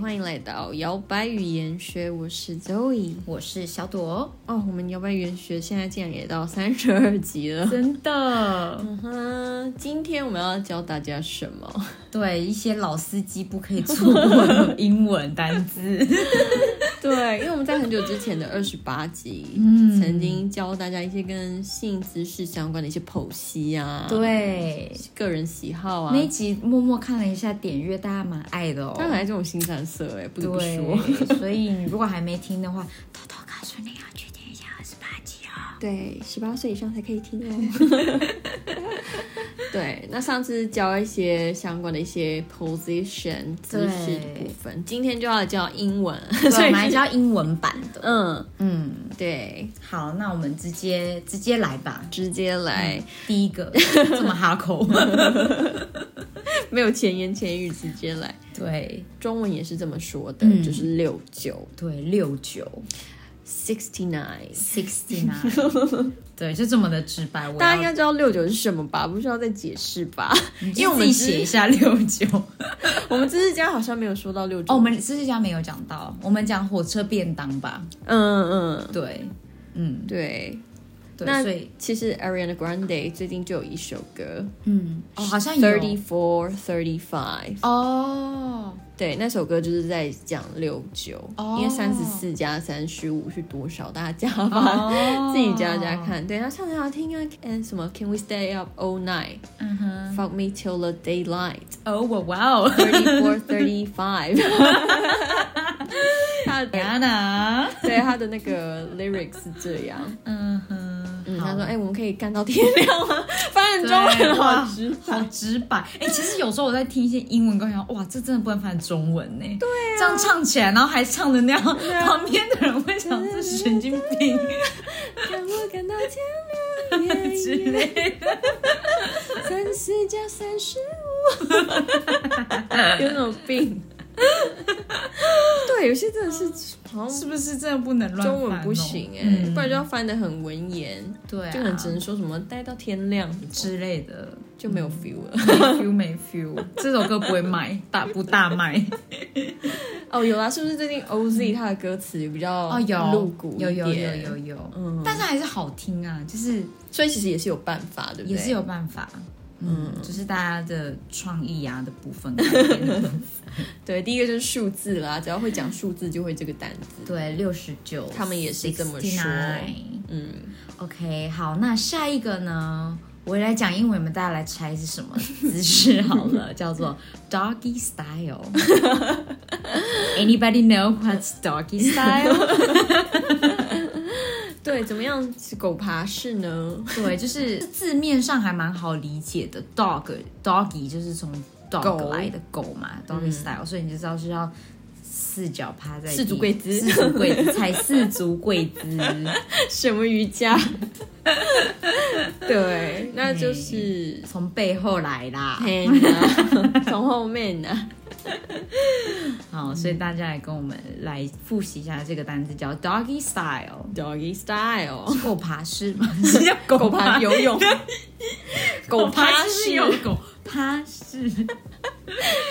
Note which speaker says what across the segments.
Speaker 1: 欢迎来到摇摆语言学，我是 Zoe。
Speaker 2: 我是小朵，
Speaker 1: 哦，我们摇摆语言学现在竟然也到三十二集了。
Speaker 2: 真的，
Speaker 1: 嗯哼，今天我们要教大家什么？
Speaker 2: 对一些老司机不可以错过的英文单字，
Speaker 1: 对，因为我们在很久之前的二十八集，
Speaker 2: 嗯
Speaker 1: 曾经教大家一些跟性知识相关的一些剖析啊，，
Speaker 2: 对。
Speaker 1: 个人喜好啊
Speaker 2: 那，一集默默看了一下点阅，大家蛮爱的哦。
Speaker 1: 当然这种新三色哎、不得不说。
Speaker 2: 对，所以你如果还没听的 话，偷偷告诉你要去听一下二十八集哦。
Speaker 1: 对，十八岁以上才可以听哦。 对，那上次教一些相关的一些 position 姿势的部分，今天就要教英文，
Speaker 2: 对，
Speaker 1: 所
Speaker 2: 我
Speaker 1: 以
Speaker 2: 们还是要英文版的。
Speaker 1: 嗯，
Speaker 2: 嗯，
Speaker 1: 对，
Speaker 2: 好，那我们直接直接来吧。
Speaker 1: 直接来，
Speaker 2: 第一 个这么哈 口，
Speaker 1: 没有前言前语，直接来。
Speaker 2: 对
Speaker 1: 中文也是这么说的，
Speaker 2: 嗯
Speaker 1: 就是六九
Speaker 2: 对，六九
Speaker 1: sixty nine。
Speaker 2: sixty nine，对， 就这么的直白。我
Speaker 1: 大家
Speaker 2: 要
Speaker 1: 应该知道六九是什么吧？不需要再解释吧？
Speaker 2: 因为我们
Speaker 1: 嗯自己写一
Speaker 2: 下六九。
Speaker 1: 我们知识家好像没有说到六九。
Speaker 2: 哦，我们知识家没有讲到，我们讲火车便当吧。
Speaker 1: 嗯嗯，
Speaker 2: 对，嗯，
Speaker 1: 对。
Speaker 2: 对，
Speaker 1: 那
Speaker 2: 所以
Speaker 1: 其实 Ariana Grande 最近就有一首歌，
Speaker 2: 嗯，哦，好像有
Speaker 1: Thirty Four Thirty Five，
Speaker 2: 哦，
Speaker 1: 对，那首歌就是在讲六九、
Speaker 2: 哦
Speaker 1: 因为三十四加三十五是多少？大家加吧，
Speaker 2: 哦
Speaker 1: 自己加加。看。对，他唱的好听啊，嗯，什么 Can we stay up all night?
Speaker 2: 嗯哼，
Speaker 1: Fuck me till the daylight.
Speaker 2: 哦，我哇哦
Speaker 1: Thirty four, thirty five. 他的
Speaker 2: ，Rihanna，
Speaker 1: 对他的那个 lyrics 是这样，
Speaker 2: 嗯哼，
Speaker 1: 嗯，
Speaker 2: 好
Speaker 1: 他说，哎、我们可以干到天亮 吗？翻译
Speaker 2: 对
Speaker 1: 中文好
Speaker 2: 哇
Speaker 1: 直白
Speaker 2: 好。直白。哎、其实有时候我在听一些英文歌，想哇，这真的不能翻成中文呢。对、
Speaker 1: 啊
Speaker 2: 这样唱起来，然后还唱的那样，旁边的人会想这神经病
Speaker 1: 让我感到天亮耶
Speaker 2: 之类的。
Speaker 1: 三十加三十五， 有那种病。对，有些真的是好像
Speaker 2: 是不是真的不能乱翻哦、
Speaker 1: 中文不行哎、
Speaker 2: 嗯
Speaker 1: 不然就要翻的很文言，
Speaker 2: 对、啊，
Speaker 1: 就很只能说什么待到天亮
Speaker 2: 之类的
Speaker 1: 就没有 feel 了。
Speaker 2: 没 feel 没 feel，这 首歌不会卖，大不大卖？
Speaker 1: 哦，有啦，是不是最近 OZ 他的歌词比较
Speaker 2: 哦，有
Speaker 1: 露骨一
Speaker 2: 有
Speaker 1: 点？
Speaker 2: 有有有有，
Speaker 1: 嗯，
Speaker 2: 但是还是好听啊，就是
Speaker 1: 所以其实也是有办法，对不对？
Speaker 2: 也是有办法。嗯，就是大家的创意啊的 部分改变的部分。
Speaker 1: 对，第一个就是数字啦，只要会讲数字就会这个单字。
Speaker 2: 对，六十九，
Speaker 1: 他们也是这么说
Speaker 2: 69
Speaker 1: 嗯，
Speaker 2: OK，好，那下一个呢？我来讲英文，你们大家来猜是什么 姿势好了，叫做 doggy style。Anybody know what's doggy style？
Speaker 1: 对，怎么样是狗爬式呢？
Speaker 2: 对，就是字面上还蛮好理解的，dog doggy 就是从 dog
Speaker 1: 狗嗯
Speaker 2: 来的狗嘛，doggy style，、所以你就知道是要。四脚趴在地
Speaker 1: 四足跪姿
Speaker 2: 四足跪 姿，踩四足跪姿，
Speaker 1: 什么瑜伽？对，那就是
Speaker 2: 从背后来啦。
Speaker 1: 嘿呐，从后面啊呢、
Speaker 2: 好，所以大家来跟我们来复习一下这个单词，叫 doggy style。
Speaker 1: d o g g y style，
Speaker 2: 狗爬式吗？是叫狗
Speaker 1: 狗爬游泳， 狗趴
Speaker 2: 式
Speaker 1: 式，
Speaker 2: 有狗趴式。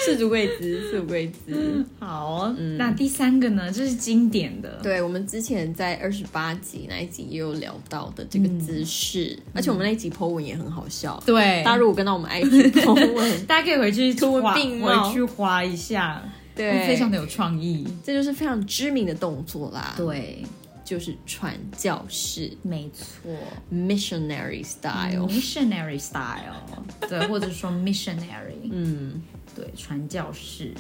Speaker 1: 四足跪姿，四足跪
Speaker 2: 嗯
Speaker 1: 姿。
Speaker 2: 好，
Speaker 1: 嗯
Speaker 2: 那第三个呢？这是经典的，
Speaker 1: 对，我们之前在二十八集那一集也有聊到的这个姿势，而且我们那一集 po 文也很好笑。
Speaker 2: 对
Speaker 1: 大家如果跟到我们 IG po 文，
Speaker 2: 大家可以回去
Speaker 1: 图文
Speaker 2: 花
Speaker 1: 并茂
Speaker 2: 回去花一下，
Speaker 1: 对，
Speaker 2: 非常的有创意。
Speaker 1: 这就是非常知名的动作啦，
Speaker 2: 对，
Speaker 1: 就是传教士
Speaker 2: 没错
Speaker 1: missionary style。
Speaker 2: ，missionary style，对，或者说 missionary，
Speaker 1: 嗯
Speaker 2: 对，传教士，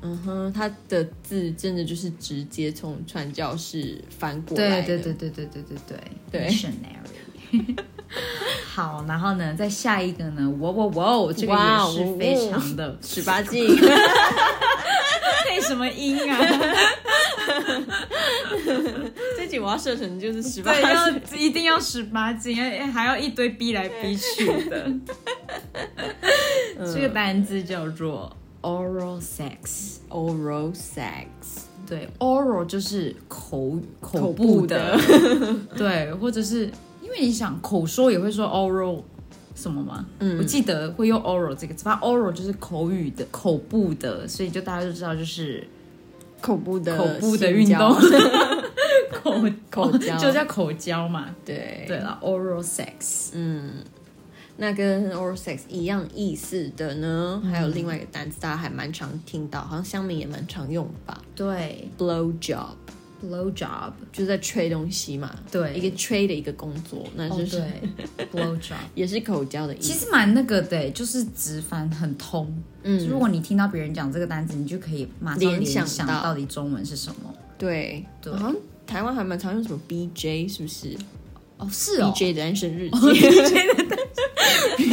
Speaker 1: 嗯哼，他的字真的就是直接从传教士翻过来
Speaker 2: 对
Speaker 1: 的。
Speaker 2: 对对对对对对对
Speaker 1: 对
Speaker 2: m i s s i o n a r y 好，然后呢，再下一个呢，哇哇哇，这个
Speaker 1: 哇哦
Speaker 2: 也是非常的，
Speaker 1: 十 八禁，
Speaker 2: 配什么音啊？
Speaker 1: 这集我要设成就是十八
Speaker 2: 对，
Speaker 1: 禁。
Speaker 2: 要 一定要十八禁，哎还要一堆逼来逼去的。 这个单字叫做 oral sex，
Speaker 1: Oral sex，
Speaker 2: 对，oral 就是口口
Speaker 1: 口
Speaker 2: 部
Speaker 1: 部
Speaker 2: 的， 对，或者是因为你想口说也会说 oral 什么吗？嗯，我记得会用 oral 这个词，反正 oral 就是口语的、口部的，所以就大家就知道就是
Speaker 1: 恐怖的
Speaker 2: 口部的
Speaker 1: 性
Speaker 2: 运
Speaker 1: 交
Speaker 2: 动， 口哦
Speaker 1: 口交
Speaker 2: 就叫口交嘛。
Speaker 1: 对
Speaker 2: 对了，oral sex，
Speaker 1: 嗯，那跟 oral sex 一样意思的呢，
Speaker 2: 嗯
Speaker 1: 还有另外一个单词，大家还蛮常听到，好像乡民也蛮常用吧
Speaker 2: 对
Speaker 1: ，blow job。
Speaker 2: ，blow job，
Speaker 1: 就是在吹东西嘛，
Speaker 2: 对
Speaker 1: 一个吹的一个工作，那
Speaker 2: 哦
Speaker 1: 就是、
Speaker 2: 对，blow job。
Speaker 1: 也是口交的意
Speaker 2: 其
Speaker 1: 思。
Speaker 2: 实蛮那个的欸，就是直翻很通。
Speaker 1: 嗯
Speaker 2: 就如果你听到别人讲这个单词，你就可以马上
Speaker 1: 联
Speaker 2: 联
Speaker 1: 想
Speaker 2: 想
Speaker 1: 到
Speaker 2: 到底中文是什么。
Speaker 1: 对，
Speaker 2: 对
Speaker 1: 好像台湾还蛮常用什么 BJ，是不是、
Speaker 2: 哦，是
Speaker 1: b
Speaker 2: 哦，
Speaker 1: j 的单身日记？BJ 的 单身，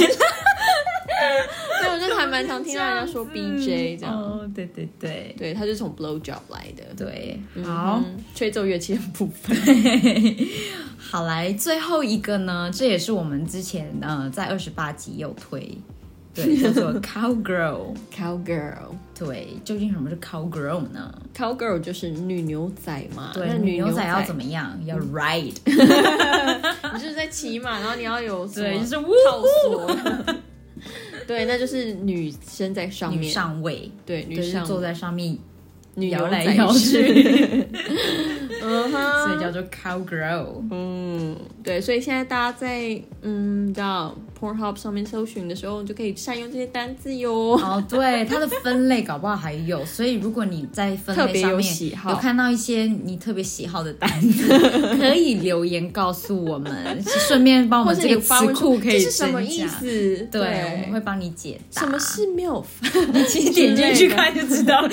Speaker 1: 对，我就还蛮常听到人家说 BJ 这样。
Speaker 2: 哦，对对对
Speaker 1: 对，它是从 blow job 来的。
Speaker 2: 对，好。
Speaker 1: 嗯，吹奏乐器的部分。
Speaker 2: 好来，最后一个呢，这也是我们之前呃在二十八集有推， 对，叫做 cowgirl。
Speaker 1: Cowgirl，Cowgirl
Speaker 2: 对，究竟什么是 cowgirl 呢？
Speaker 1: 就是女牛仔嗯嘛。
Speaker 2: 对，
Speaker 1: 啊那
Speaker 2: 女
Speaker 1: 牛
Speaker 2: 牛仔要怎
Speaker 1: 么？
Speaker 2: 么样？要 ride，
Speaker 1: 你就是在骑马，然后你要有什么
Speaker 2: 对，就是
Speaker 1: 套
Speaker 2: 呜
Speaker 1: 索。对，那就是女生在上
Speaker 2: 女
Speaker 1: 面，
Speaker 2: 上位，
Speaker 1: 对，女
Speaker 2: 对，就是
Speaker 1: 上
Speaker 2: 坐在上面
Speaker 1: 女
Speaker 2: 摇
Speaker 1: 牛
Speaker 2: 来
Speaker 1: 仔
Speaker 2: 摇
Speaker 1: 是，
Speaker 2: 去，
Speaker 1: 嗯哼，
Speaker 2: 所以叫做 cowgirl。
Speaker 1: 嗯，对，所以现在大家在嗯叫 Pornhub 上面搜寻的时候，你就可以善用这些单字哟。
Speaker 2: 哦，对，它的分类搞不好还有，所以如果你在分
Speaker 1: 特
Speaker 2: 类
Speaker 1: 别
Speaker 2: 上
Speaker 1: 有
Speaker 2: 面
Speaker 1: 喜好
Speaker 2: 有看到一些你特别喜好的单子， 可以留言告诉我们，顺便帮我
Speaker 1: 或
Speaker 2: 们
Speaker 1: 者
Speaker 2: 这
Speaker 1: 你
Speaker 2: 个
Speaker 1: 发
Speaker 2: 词
Speaker 1: 问
Speaker 2: 库
Speaker 1: 说
Speaker 2: 可
Speaker 1: 这
Speaker 2: 以
Speaker 1: 是什么
Speaker 2: 增
Speaker 1: 意
Speaker 2: 加
Speaker 1: 思？
Speaker 2: 对，我们会帮你解答。
Speaker 1: 什么是 MILF？
Speaker 2: 你点进去看就知道 了。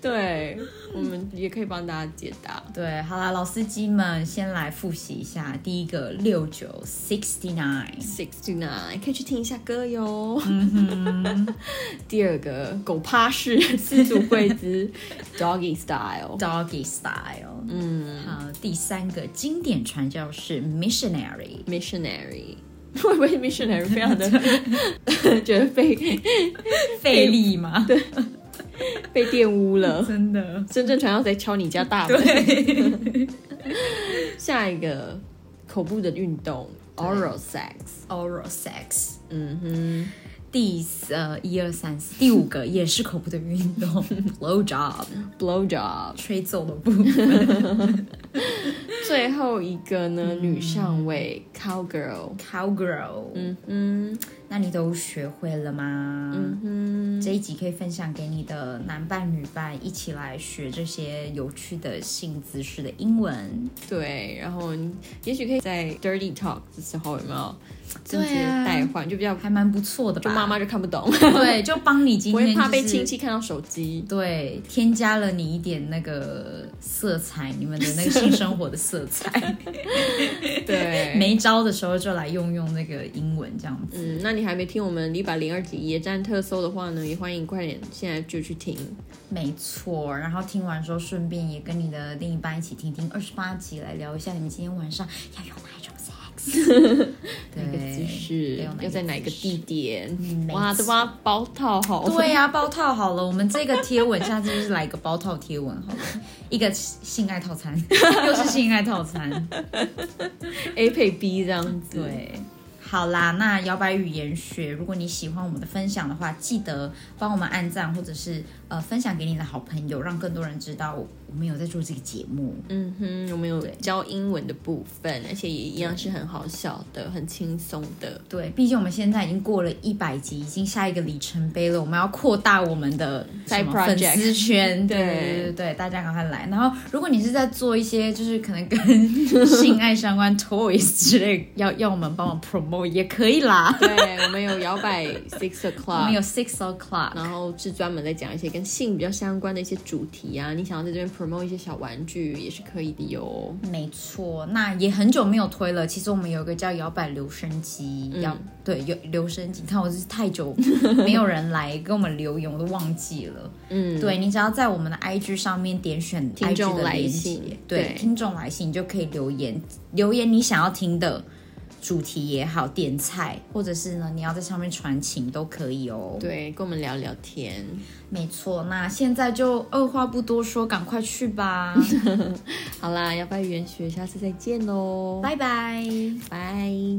Speaker 1: 对，我们也可以帮大家解答。
Speaker 2: 对，好啦，老司机们先来复习一下，第一个六九 sixty nine，
Speaker 1: Sixty nine，可以去听一下歌哟。
Speaker 2: 嗯
Speaker 1: 第二个狗趴式四足跪 姿，Doggy Style。
Speaker 2: doggy style。嗯，好，第三个经典传教士 missionary。
Speaker 1: Missionary，会不会 Missionary 非常的 觉得被
Speaker 2: 费力吗？对，
Speaker 1: 被玷污了？
Speaker 2: 真的。
Speaker 1: 真正传教士在敲你家大门。下一个口部的运动，Oral Sex。
Speaker 2: oral sex。
Speaker 1: 嗯哼，
Speaker 2: 第四呃一二三四第五个也是口部的运 动 blow job
Speaker 1: ，Blow Job。
Speaker 2: 吹奏的部分
Speaker 1: 最后一个呢，女上位，Cowgirl。
Speaker 2: cowgirl。
Speaker 1: 嗯哼，
Speaker 2: 那你都学会了吗？
Speaker 1: 嗯哼。
Speaker 2: 这一集可以分享给你的男伴、女伴，一起来学这些有趣的性姿势的英文。
Speaker 1: 对，然后你也许可以在 dirty talk 的时候有没有
Speaker 2: 对
Speaker 1: 直
Speaker 2: 啊
Speaker 1: 接代换，就比较
Speaker 2: 还蛮不错的吧？
Speaker 1: 就妈妈就看不懂，
Speaker 2: 对，就帮你今
Speaker 1: 不
Speaker 2: 天、
Speaker 1: 会
Speaker 2: 就是、
Speaker 1: 怕被亲戚看到手 机。
Speaker 2: 对添加了你一点那个色彩，你们的那个性生活的色彩。
Speaker 1: 对，
Speaker 2: 没招的时候就来用用那个英文这样子。
Speaker 1: 嗯，那你还没听我们一百零二集野战特搜的话呢，也欢迎快点现在就去听。
Speaker 2: 没错，然后听完之后，顺便也跟你的另一半一起听听二十八集，来聊一下你们今天晚上要用哪一种 sex，对
Speaker 1: 哪个姿势
Speaker 2: 要哪一个姿势
Speaker 1: 要在哪个地点？
Speaker 2: 没
Speaker 1: 哇，
Speaker 2: 错
Speaker 1: 都把它包套好。
Speaker 2: 对啊呀、包套好了，我们这个贴文下次就是来一个包套贴文好了，一个性爱套餐，又是性爱套餐。
Speaker 1: ，A 配 B 这样子。
Speaker 2: 对，好啦，那摇摆语言学，如果你喜欢我们的分享的话，记得帮我们按赞，或者是呃分享给你的好朋友，让更多人知道我们有在做这个节目。
Speaker 1: 嗯哼，我们有
Speaker 2: 对
Speaker 1: 教英文的部分，而且也一样是很好笑的，很轻松的。
Speaker 2: 对，毕竟我们现在已经过了一百集，已经下一个里程碑了。我们要扩大我们的
Speaker 1: 在
Speaker 2: 什么粉
Speaker 1: project
Speaker 2: 丝圈，对
Speaker 1: 对
Speaker 2: 对对对，大家赶快来。然后，如果你是在做一些就是可能跟性爱相关 toys 之类，要要我们帮忙 promote 也可以啦。
Speaker 1: 对，我们有摇摆 Six
Speaker 2: 我们
Speaker 1: O'clock，
Speaker 2: 有 six o'clock，
Speaker 1: 然后是专门在讲一些跟性比较相关的一些主题啊。你想要在这边 promote 一些小玩具也是可以的哟。
Speaker 2: 没错。那也很久没有推了。其实我们有一个叫摇摆留声机，
Speaker 1: 嗯
Speaker 2: 摇、对有留声机。你看我就是太久没有人来跟我们留言，我都忘记了。
Speaker 1: 嗯，
Speaker 2: 对你只要在我们的 IG 上面点选
Speaker 1: 听众
Speaker 2: IG 的
Speaker 1: 来
Speaker 2: 连
Speaker 1: 信
Speaker 2: 接
Speaker 1: 对
Speaker 2: 对听众来信，你就可以留言留言你想要听的主题也好，点菜或者是呢你要在上面传情都可以哦。，
Speaker 1: 对，跟我们聊聊天。
Speaker 2: 没错。那现在就二话不多说，赶快 去吧，
Speaker 1: 好啦，摇摆语言学，下次再见喽，
Speaker 2: 拜拜。
Speaker 1: 拜。